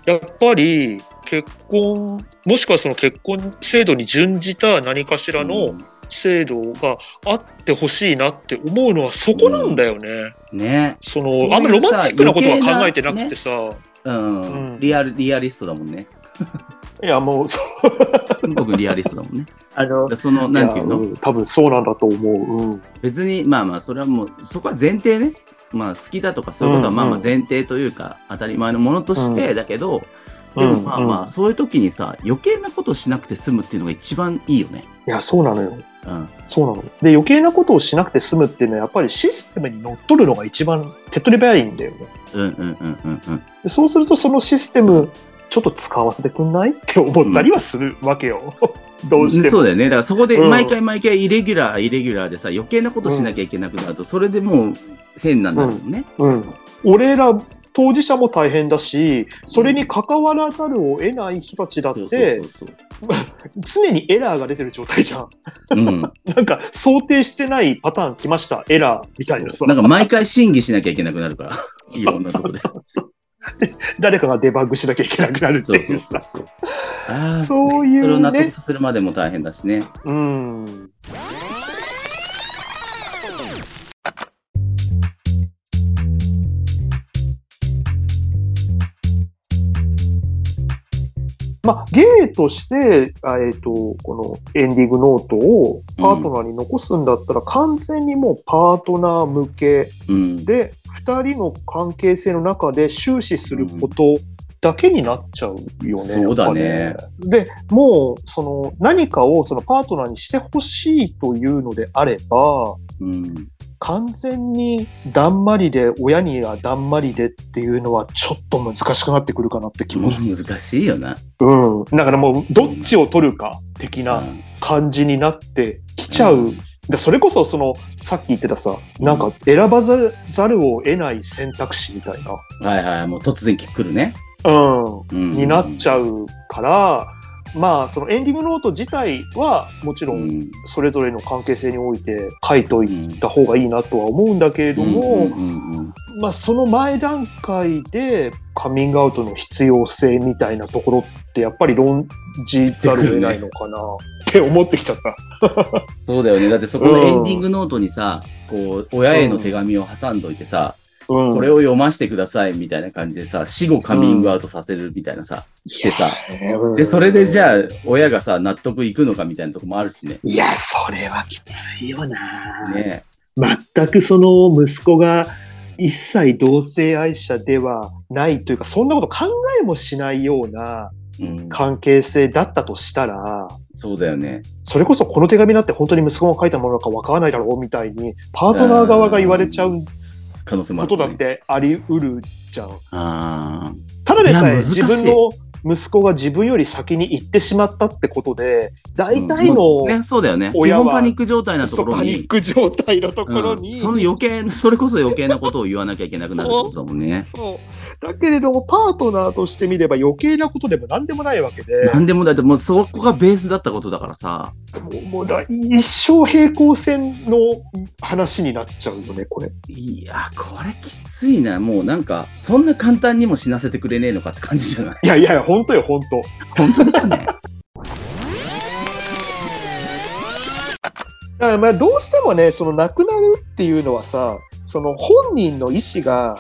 Speaker 1: やっぱり結婚もしくはその結婚制度に準じた何かしら
Speaker 2: う
Speaker 1: の
Speaker 2: ん
Speaker 1: 制度があってほしいなって思うのはそこなんだよね、
Speaker 2: ね、
Speaker 1: そ
Speaker 2: そうい
Speaker 1: の
Speaker 2: うさ
Speaker 1: あんまりロマンチックなことは考えてなくてさ、
Speaker 2: うん、
Speaker 1: うん
Speaker 2: リアル、リアリストだもんね。
Speaker 1: いやもうそう
Speaker 2: 僕リアリストだも んね。
Speaker 1: あの
Speaker 2: その、なんていうの、
Speaker 1: ん、多分そうなんだと思う、うん、
Speaker 2: 別に、まあまあ、それはもう、そこは前提ね。まあ、好きだとかそういうこ
Speaker 1: う
Speaker 2: とは、
Speaker 1: ん
Speaker 2: まあまあ前提というか、当たり前のものとして、だけど、でもまあま
Speaker 1: う
Speaker 2: あ、
Speaker 1: んうん
Speaker 2: そういう時にさ、余計なことしなくて済むっていうのが一番いいよね。
Speaker 1: いやそうなのよ
Speaker 2: うん。
Speaker 1: そうなので余計なことをしなくて済むっていうのはやっぱりシステムにのっとるのが一番手っ取り早いんだよね
Speaker 2: うんうんうんうんうん。
Speaker 1: でそうするとそのシステムちょっと使わせてくんないって思ったりはするわけよ。どうして
Speaker 2: そ
Speaker 1: も。
Speaker 2: うだよね。だからそこで
Speaker 1: うん
Speaker 2: 毎回毎回イレギュラー、イレギュラーでさ、余計なことしなきゃいけなくなると、それでもう変なんだろうね。
Speaker 1: うん。俺ら当事者も大変だし、それに関わらざるを得ない人たちだっ
Speaker 2: そうそう
Speaker 1: て、
Speaker 2: そうそ
Speaker 1: 常にエラーが出てる状態じゃん。
Speaker 2: う。うん。
Speaker 1: なんか想定してないパターン来ました、エラーみたいなさ。
Speaker 2: なんか毎回審議しなきゃいけなくなるから。い
Speaker 1: そ
Speaker 2: ろん
Speaker 1: う
Speaker 2: な
Speaker 1: そ
Speaker 2: とこ
Speaker 1: う
Speaker 2: で。
Speaker 1: そうそう。で誰かがデバッグしなきゃいけなくなるって
Speaker 2: そ
Speaker 1: い
Speaker 2: うそううそ
Speaker 1: さ
Speaker 2: う。そう。あー
Speaker 1: そういうね
Speaker 2: それを納得させるまでも大変だしね。
Speaker 1: うん。まあ、芸として、あえっ、と、このエンディングノートをパートナーに残すんだったら、完全にもうパートナー向け
Speaker 2: うん。
Speaker 1: で、二人の関係性の中で終始することだけになっちゃうよね。
Speaker 2: そうだね
Speaker 1: やっぱりね。で、もう、その、何かをそのパートナーにしてほしいというのであれば、
Speaker 2: うん。
Speaker 1: 完全にだんまりで、親にはだんまりでっていうのはちょっと難しくなってくるかなって気
Speaker 2: も
Speaker 1: も
Speaker 2: う
Speaker 1: する。
Speaker 2: 難しいよな。
Speaker 1: うん。だからもう、どっちを取るか的な
Speaker 2: うん
Speaker 1: 感じになってきちゃう。
Speaker 2: うん
Speaker 1: でそれこそそのさっき言ってたさ
Speaker 2: うん
Speaker 1: なんか選ばざるざるを得ない選択肢みたいな、
Speaker 2: はいはい。もう突然来るね。
Speaker 1: うん、
Speaker 2: うん
Speaker 1: になっちゃうから、まあそのエンディングノート自体はもちろ
Speaker 2: うんん。
Speaker 1: それぞれの関係性において書いと
Speaker 2: う
Speaker 1: い
Speaker 2: ん
Speaker 1: た方がいいなとは思うんだけれども、
Speaker 2: うんうんうん
Speaker 1: まあ、その前段階でカミングアウトの必要性みたいなところってやっぱり論じざるを得ないのかなって思ってきちゃった。
Speaker 2: そうだよね。だってそこのエンディングノートにさ、こう、親への手紙を挟んどいてさ、
Speaker 1: うん、
Speaker 2: これを読ませてくださいみたいな感じでさ、死後カミングアウトさせるみたいなさ、してさ、
Speaker 1: うん
Speaker 2: で、それでじゃあ、親がさ、納得いくのかみたいなとこもあるしね。
Speaker 1: いやそれはきついよな。
Speaker 2: ね
Speaker 1: 全くその息子が一切同性愛者ではないというかそんなこと考えもしないような
Speaker 2: うん、
Speaker 1: 関係性だったとしたら
Speaker 2: そうだよね。
Speaker 1: それこそこの手紙なんて本当に息子が書いたものかわからないだろうみたいにパートナー側が言われちゃう
Speaker 2: 可能性もあ
Speaker 1: こ
Speaker 2: る、
Speaker 1: と
Speaker 2: ね。
Speaker 1: だってあり得るじゃん。
Speaker 2: あ
Speaker 1: ただでさ
Speaker 2: いや
Speaker 1: え
Speaker 2: 難しい
Speaker 1: 自分の息子が自分より先に行ってしまったってことで
Speaker 2: あ。
Speaker 1: 大体の
Speaker 2: うんまあね、そうだよね。基
Speaker 1: 親は
Speaker 2: 本パニック状態なと
Speaker 1: そ
Speaker 2: こ
Speaker 1: う
Speaker 2: ろ
Speaker 1: パニ
Speaker 2: に
Speaker 1: ッ。ク状態のところ
Speaker 2: う
Speaker 1: に、
Speaker 2: んその余計それこそ余計なことを言わなきゃいけなくなるってことだも んね。
Speaker 1: そう。だけれども、パートナーとして見れば余計なことでも何でもないわけで、
Speaker 2: なんでもだってもうそこがベースだったことだからさ。
Speaker 1: もうもうだ一生平行線の話になっちゃうよね、これ。
Speaker 2: いや、これきついな。もうなんか、そんな簡単にも死なせてくれねえのかって感じじゃない
Speaker 1: いやいや、本当よ、本当。
Speaker 2: 本当だよね。
Speaker 1: だからまあどうしてもね、その亡くなるっていうのはさ、その本人の意思が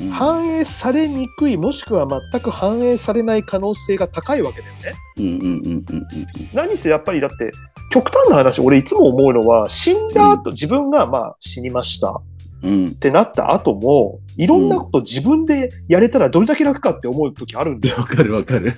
Speaker 2: うん
Speaker 1: 反映されにくい、もしくは全く反映されない可能性が高いわけだよね。
Speaker 2: うんうんうんうん
Speaker 1: 何せやっぱりだって、極端な話、俺いつも思うのは、死んだ後、自分がまあ死にました。
Speaker 2: うんうん
Speaker 1: っ。てなった後も、いろんなこと自分でやれたらどれだけ楽かって思う時あるんだよ。
Speaker 2: わかるわかる。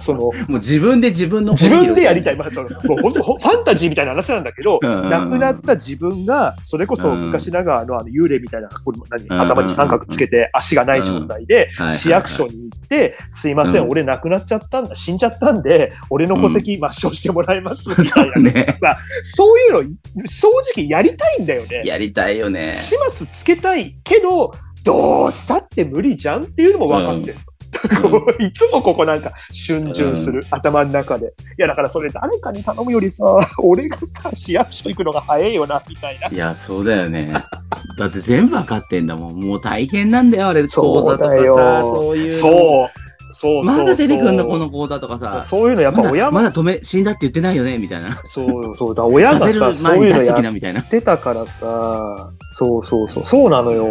Speaker 1: その、
Speaker 2: もう自分で自分の
Speaker 1: 自分でやりたい。
Speaker 2: い。
Speaker 1: まあ、その、もう本当、ほファンタジーみたいな話なんだけど、
Speaker 2: うんうんうん
Speaker 1: 亡くなった自分が、それこそ昔ながらのあの幽霊みたいな、これ何頭に三角つけて足がない状態で
Speaker 2: うんうんうん、
Speaker 1: 市役所に行って、すいませ
Speaker 2: うん
Speaker 1: ん、俺亡くなっちゃったんだ、死んじゃったんで、俺の戸籍抹消してもらい ます、みたいな。
Speaker 2: ね。
Speaker 1: さ、そういうの、正直やりたいんだよね。
Speaker 2: やりたいよね。
Speaker 1: 始末つけたいけどどうしたって無理じゃんっていうのも分かってる。 こういつもここなんか逡巡する、頭の中でいやだからそれ誰かに頼むよりさ俺がさ市役所行くのが早いよなみたいない
Speaker 2: や、そうだよね。だって全部わかってんだもん。もう大変なんだよ、あれ。講座と
Speaker 1: そうだ
Speaker 2: か
Speaker 1: よ
Speaker 2: さ、そういうの。
Speaker 1: そうそうそう
Speaker 2: まだ出てくんの、
Speaker 1: そう
Speaker 2: この講座とかさ。
Speaker 1: そういうのやっぱ
Speaker 2: まだ
Speaker 1: 親も、
Speaker 2: まだ止め、死んだって言ってないよね、みたいな。
Speaker 1: そうそうだ親が
Speaker 2: 出せ
Speaker 1: さ
Speaker 2: る
Speaker 1: そ
Speaker 2: 前
Speaker 1: う
Speaker 2: に
Speaker 1: い
Speaker 2: 出
Speaker 1: うの
Speaker 2: し
Speaker 1: や
Speaker 2: と
Speaker 1: っ
Speaker 2: きな、みたいな。
Speaker 1: てたからさそうそうそうそうなのよ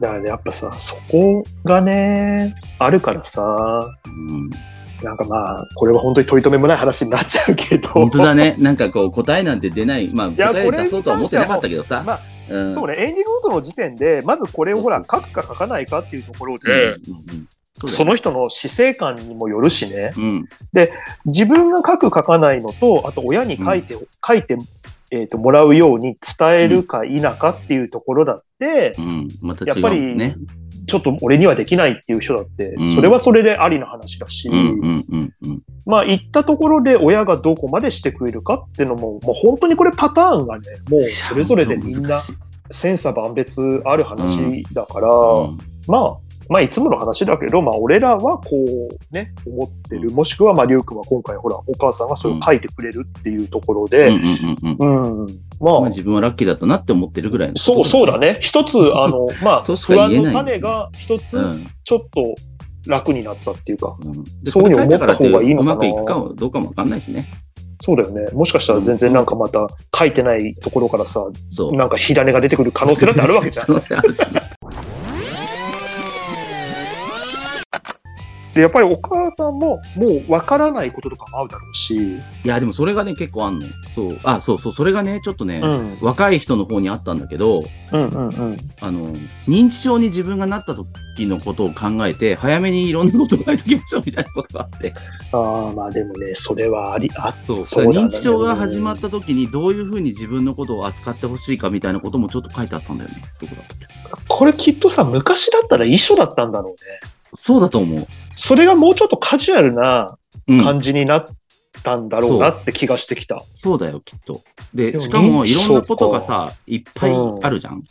Speaker 1: だからねやっぱさそこがねあるからさ
Speaker 2: うん
Speaker 1: なんかまあ、これは本当に取り留めもない話になっちゃうけど。
Speaker 2: 本当だね。なんかこう、答えなんて出ない。まあ、
Speaker 1: や
Speaker 2: 答え出そうとは思ってなかったけど
Speaker 1: これに
Speaker 2: さ。うん
Speaker 1: そうね、エンディングノートの時点で、まずこれをほら、
Speaker 2: そ
Speaker 1: 書くか書かないかっていうところ
Speaker 2: うん
Speaker 1: で、
Speaker 2: うん
Speaker 1: そ
Speaker 2: そ
Speaker 1: の人の死生観にもよるしね、
Speaker 2: うん。うん。
Speaker 1: 自分が書く書かないのと、あと親に書いて、書いて、えーともらうように伝えるか否かっていうところだって、
Speaker 2: うん。また
Speaker 1: やっ
Speaker 2: 違う
Speaker 1: ぱ
Speaker 2: もん
Speaker 1: り
Speaker 2: ね。
Speaker 1: ちょっと俺にはできないっていう人だって
Speaker 2: うん、
Speaker 1: それはそれでありな話だし、
Speaker 2: うんうんうんうん。
Speaker 1: まあ言ったところで親がどこまでしてくれるかっていうのも、もう本当にこれパターンがね、もうそれぞれでみんな
Speaker 2: 難しい
Speaker 1: 千差万別ある話だから、
Speaker 2: うん
Speaker 1: まあ、まあいつもの話だけど、まあ俺らはこうね、思ってる。もしくはまありゅうくんは今回ほら、お母さんがそれを書いてくれるっていうところ
Speaker 2: うんう
Speaker 1: で、
Speaker 2: んうんう
Speaker 1: う
Speaker 2: ん。
Speaker 1: ん、ま
Speaker 2: まあ
Speaker 1: あ、
Speaker 2: 自分はラッキーだったなって思ってるぐらいの。
Speaker 1: そう、そうだ。ね。一つ、あの、まあ、
Speaker 2: とし
Speaker 1: 不
Speaker 2: か
Speaker 1: 安
Speaker 2: 言えな
Speaker 1: の
Speaker 2: い
Speaker 1: 種が一つ
Speaker 2: う、ん。
Speaker 1: ちょっと楽になったっていうか、
Speaker 2: うん
Speaker 1: そういうふうに思った方がいいのかな
Speaker 2: うまくいくかどうかもわかんないしね。
Speaker 1: そうだよね。もしかしたら全然なんかまた書いてないところからさ、
Speaker 2: そう。
Speaker 1: なんか火種が出てくる可能性だってあるわけじ ゃん
Speaker 2: 可。能性あるしね。
Speaker 1: で、やっぱりお母さんももうわからないこととかもあるだろうし、
Speaker 2: いや、でもそれがね、結構あんの。そう。あ、そうそう。それがね、ちょっとね、
Speaker 1: うん、
Speaker 2: 若い人の方にあったんだけど、
Speaker 1: うん、うん、うん。
Speaker 2: あの、認知症に自分がなった時のことを考えて、早めにいろんなことを書いときましょうみたいなことがあって。
Speaker 1: ああ、まあでもね、それはあり、あ、
Speaker 2: そう。
Speaker 1: そうだね
Speaker 2: 認知症が始まった時に、どういうふうに自分のことを扱ってほしいかみたいなこともちょっと書いてあったんだよね。どこだったっけ
Speaker 1: これきっとさ、昔だったら遺書だったんだろうね。
Speaker 2: そうだと思う。
Speaker 1: それがもうちょっとカジュアルな
Speaker 2: うん。
Speaker 1: 感じになったんだろうなって気がしてきた。
Speaker 2: そうだよ、きっと。で、
Speaker 1: でも
Speaker 2: しかも、
Speaker 1: 認
Speaker 2: い
Speaker 1: 知
Speaker 2: ろんなことがさ、いっぱいあるじゃ
Speaker 1: う
Speaker 2: ん。
Speaker 1: ん、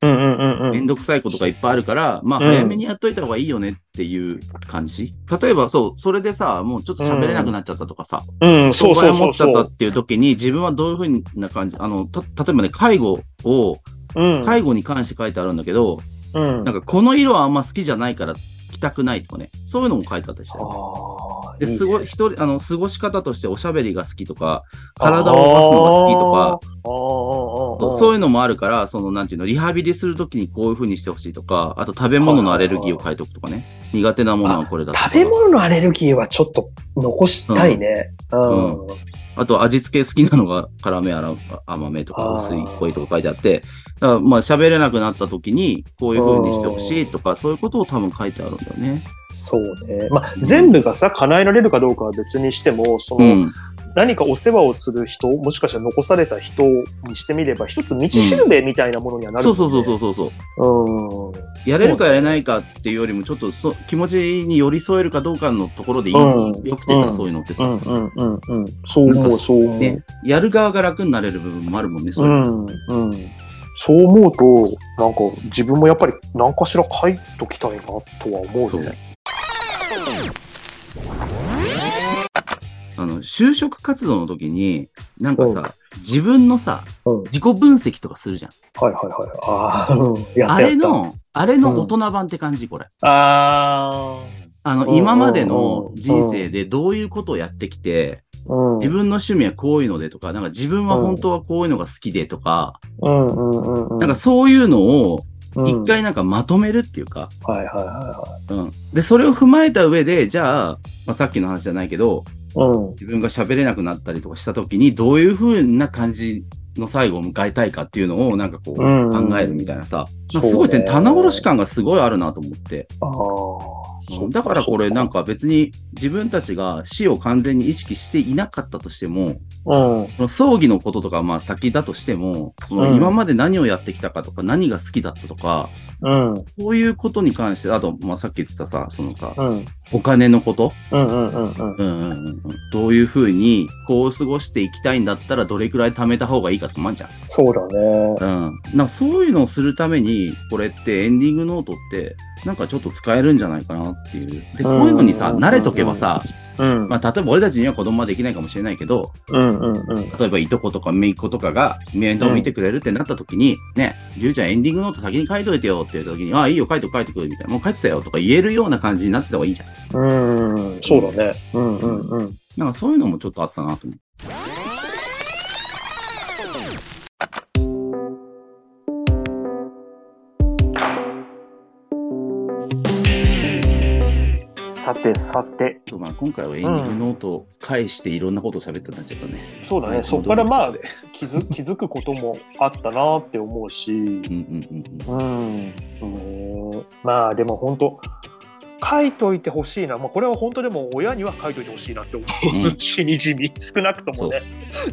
Speaker 1: うん、うん、う
Speaker 2: めん
Speaker 1: ん。
Speaker 2: どくさいことがいっぱいあるから、まあ、
Speaker 1: うん
Speaker 2: 早めにやっといた方がいいよねっていう感じ。例えば、そう、それでさ、もうちょっと喋れなくなっちゃったとかさ、
Speaker 1: うん、そうそうそ
Speaker 2: 思
Speaker 1: う
Speaker 2: っちゃ
Speaker 1: そ
Speaker 2: った
Speaker 1: う。
Speaker 2: っていう時に、自分はどういうふうな感じ、あの、た例えばね、介護を、
Speaker 1: うん、
Speaker 2: 介護に関して書いてあるんだけど、
Speaker 1: うん
Speaker 2: なん。か、この色はあんま好きじゃないから着たくないとかね、そういうのも書いてあったりして。
Speaker 1: あー
Speaker 2: で、
Speaker 1: いいね
Speaker 2: すごい、一人、あの、過ごし方としておしゃべりが好きとか、体を動かすのが好きとか、
Speaker 1: あーあーあー
Speaker 2: そ
Speaker 1: あ
Speaker 2: う
Speaker 1: ー
Speaker 2: そういうのもあるから、その、なんていうの、リハビリするときにこういう風にしてほしいとか、あと食べ物のアレルギーを書いておくとかね。苦手なものはこれだとか。
Speaker 1: 食べ物のアレルギーはちょっと残したいね。うん。
Speaker 2: あと味付け好きなのが辛め、あら甘めとか
Speaker 1: あー
Speaker 2: 薄い濃いとか書いてあって、だからまあ喋れなくなったときにこういう風にしてほしいとか、そういうことを多分書いてあるんだよね。
Speaker 1: そうね。まあ、全部がさ、叶えられるかどうかは別にしても、そうの、
Speaker 2: ん。
Speaker 1: 何かお世話をする人、もしかしたら残された人にしてみれば、一つ道しるべみたいなものにはなる
Speaker 2: そ
Speaker 1: も
Speaker 2: うん
Speaker 1: ね、
Speaker 2: そうそうそうそう
Speaker 1: う
Speaker 2: そう。
Speaker 1: ん。
Speaker 2: やれるかやれないかっていうよりも、ちょっとそ気持ちに寄り添えるかどうかのところでいい、
Speaker 1: うん
Speaker 2: よくてさ、
Speaker 1: うん
Speaker 2: そういうのってさ、
Speaker 1: うんうんうんうん。そう
Speaker 2: なん
Speaker 1: 思
Speaker 2: か
Speaker 1: う、そう思う。
Speaker 2: ね。やる側が楽になれる部分もあるもんね、そうれ。
Speaker 1: んうん。そう思うと、なんか自分もやっぱり何かしら書いときたいなとは思
Speaker 2: そうう
Speaker 1: ね。。
Speaker 2: あの、就職活動の時に、なんかさ、自分のさ、
Speaker 1: うん。はい
Speaker 2: 自己分析とかするじゃん。
Speaker 1: はいはい。ああ、うんやっ
Speaker 2: あ
Speaker 1: たや
Speaker 2: れ
Speaker 1: った。
Speaker 2: の、あれの大人版って感じ、これ。
Speaker 1: あ
Speaker 2: あ
Speaker 1: うん
Speaker 2: の、今までの
Speaker 1: うん
Speaker 2: 人生でどういうことをやってきて、
Speaker 1: あ。うん。
Speaker 2: 自分の趣味はこういうのでとか、なんか自分は本当はこういうのが好きでとか、
Speaker 1: うんうんうんうん。
Speaker 2: なんかそういうのを
Speaker 1: うん
Speaker 2: 一。回なんかまとめるっていうか、
Speaker 1: はいはいは
Speaker 2: うん。で、それを踏まえた上で、じゃあ、まあ、さっきの話じゃないけど、
Speaker 1: いはい。うん。
Speaker 2: 自分が喋れなくなったりとかした時にどういう風な感じの最後を迎えたいかっていうのをなんかこう
Speaker 1: うん
Speaker 2: 考えるみたいなさ、
Speaker 1: そう
Speaker 2: なんかすごい、
Speaker 1: ね
Speaker 2: ね、棚卸し感がすごいあるなと思って、
Speaker 1: ああ
Speaker 2: うん。だからこれなん
Speaker 1: か。
Speaker 2: か別に自分たちが死を完全に意識していなかったとして
Speaker 1: う
Speaker 2: も
Speaker 1: ん。
Speaker 2: その葬儀のこととかまあ先だとしてもその
Speaker 1: うん
Speaker 2: 今まで何をやってきたかとか何が好きだったとか
Speaker 1: うん。
Speaker 2: こういうことに関してあとまあさっき言ってたさそのさ
Speaker 1: うん。
Speaker 2: お金のこと
Speaker 1: うんうんうんうん。
Speaker 2: うんうんうんうんどういうふうにこう過ごしていきたいんだったらどれくらい貯めた方がいいかとまんじゃん。
Speaker 1: そうだね。
Speaker 2: うん、なんかそういうのをするためにこれってエンディングノートってなんかちょっと使えるんじゃないかなっていう。でこういうのにさ
Speaker 1: うん
Speaker 2: 慣れとけばさ、
Speaker 1: うん。
Speaker 2: まあ、例えば俺たちには子供はできないかもしれないけど
Speaker 1: うんうんうん。
Speaker 2: 例えばいとことか姪っ子とかが面倒見てくれるってなった時に「ねりゅうちゃんエンディングノート先に書いといてよ」って言った時に「ああいいよ書いて書いてくる」みたいな「もう書いてたよ」とか言えるような感じになってた方がいいじゃん。
Speaker 1: うん。そうだね。うんうんうん。
Speaker 2: なんかそういうのもちょっとあったなと思って
Speaker 1: さてさて。
Speaker 2: そうまあ、今回はエンディングノートを返していろんなことを喋ってなっちゃったね。
Speaker 1: そうだ
Speaker 2: は
Speaker 1: ね。
Speaker 2: い
Speaker 1: そこからまあ
Speaker 2: 戻るとこ
Speaker 1: 気づ 気づくこともあったなって思うし。
Speaker 2: でうんうんうんうん。
Speaker 1: うん。うんまあでも本当書いといてほしいな、まあ、これは本当でも親には書いといてほしいなって思
Speaker 2: うん
Speaker 1: う、しみじみ、少なくともね、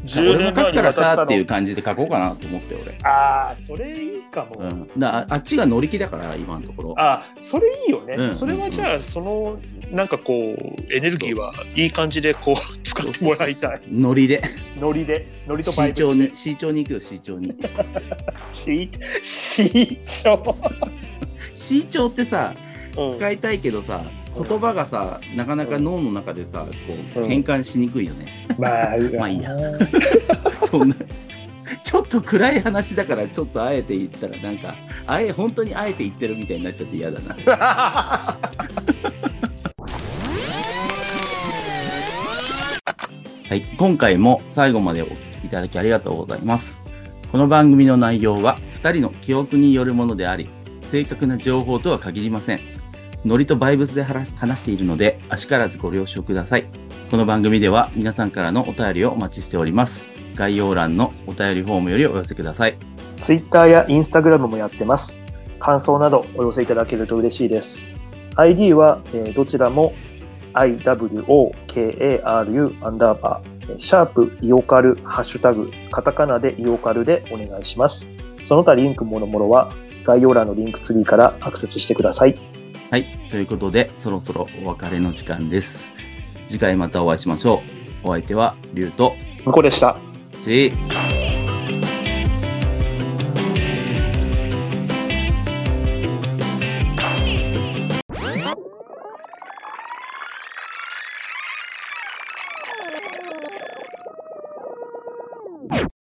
Speaker 1: 10年
Speaker 2: 俺も書
Speaker 1: 前
Speaker 2: く
Speaker 1: に
Speaker 2: から
Speaker 1: 渡し
Speaker 2: さ
Speaker 1: た
Speaker 2: っていう
Speaker 1: の。
Speaker 2: 感じで書こうかなと思って俺。
Speaker 1: ああ、それいいかも。
Speaker 2: うん、だからああっちが乗り気だから今のところ。
Speaker 1: あそれいいよね、
Speaker 2: うん
Speaker 1: それはじゃあそのなんかこうエネルギーはいい感じでこう 使ってもらいたい
Speaker 2: ノ リで。
Speaker 1: ノリでノリとバイブで
Speaker 2: C 調に、C 調に行くよ、C 調に。
Speaker 1: しし長
Speaker 2: C 調ってさ、
Speaker 1: うん
Speaker 2: 使いたいけどさ、
Speaker 1: うん
Speaker 2: 言葉がさ、なかなか脳の中でさ、こ
Speaker 1: う
Speaker 2: う、
Speaker 1: ん
Speaker 2: 変換しにくいよね。
Speaker 1: まあ
Speaker 2: まあいいや そんな。ちょっと暗い話だから、ちょっとあえて言ったら、なんか、あえ、本当にあえて言ってるみたいになっちゃって嫌だな。はい、今回も最後までお聞きいただきありがとうございます。この番組の内容は2人の記憶によるものであり、正確な情報とは限りません。ノリとバイブスで話し話しているので、あしからずご了承ください。この番組では皆さんからのお便りをお待ちしております。概要欄のお便りフォームよりお寄せください。
Speaker 1: ツイッターやインスタグラムもやってます。感想などお寄せいただけると嬉しいです。ID は、えーどちらも IWOKARU アンダーバー、えーシャープイオカル、ハッシュタグ、カタカナでイオカルでお願いします。その他リンクもろもろは概要欄のリンクツリーからアクセスしてください。
Speaker 2: はい、ということでそろそろお別れの時間です。次回またお会いしましょう。お相手はリュウと
Speaker 1: 向こうでした。
Speaker 2: ジー。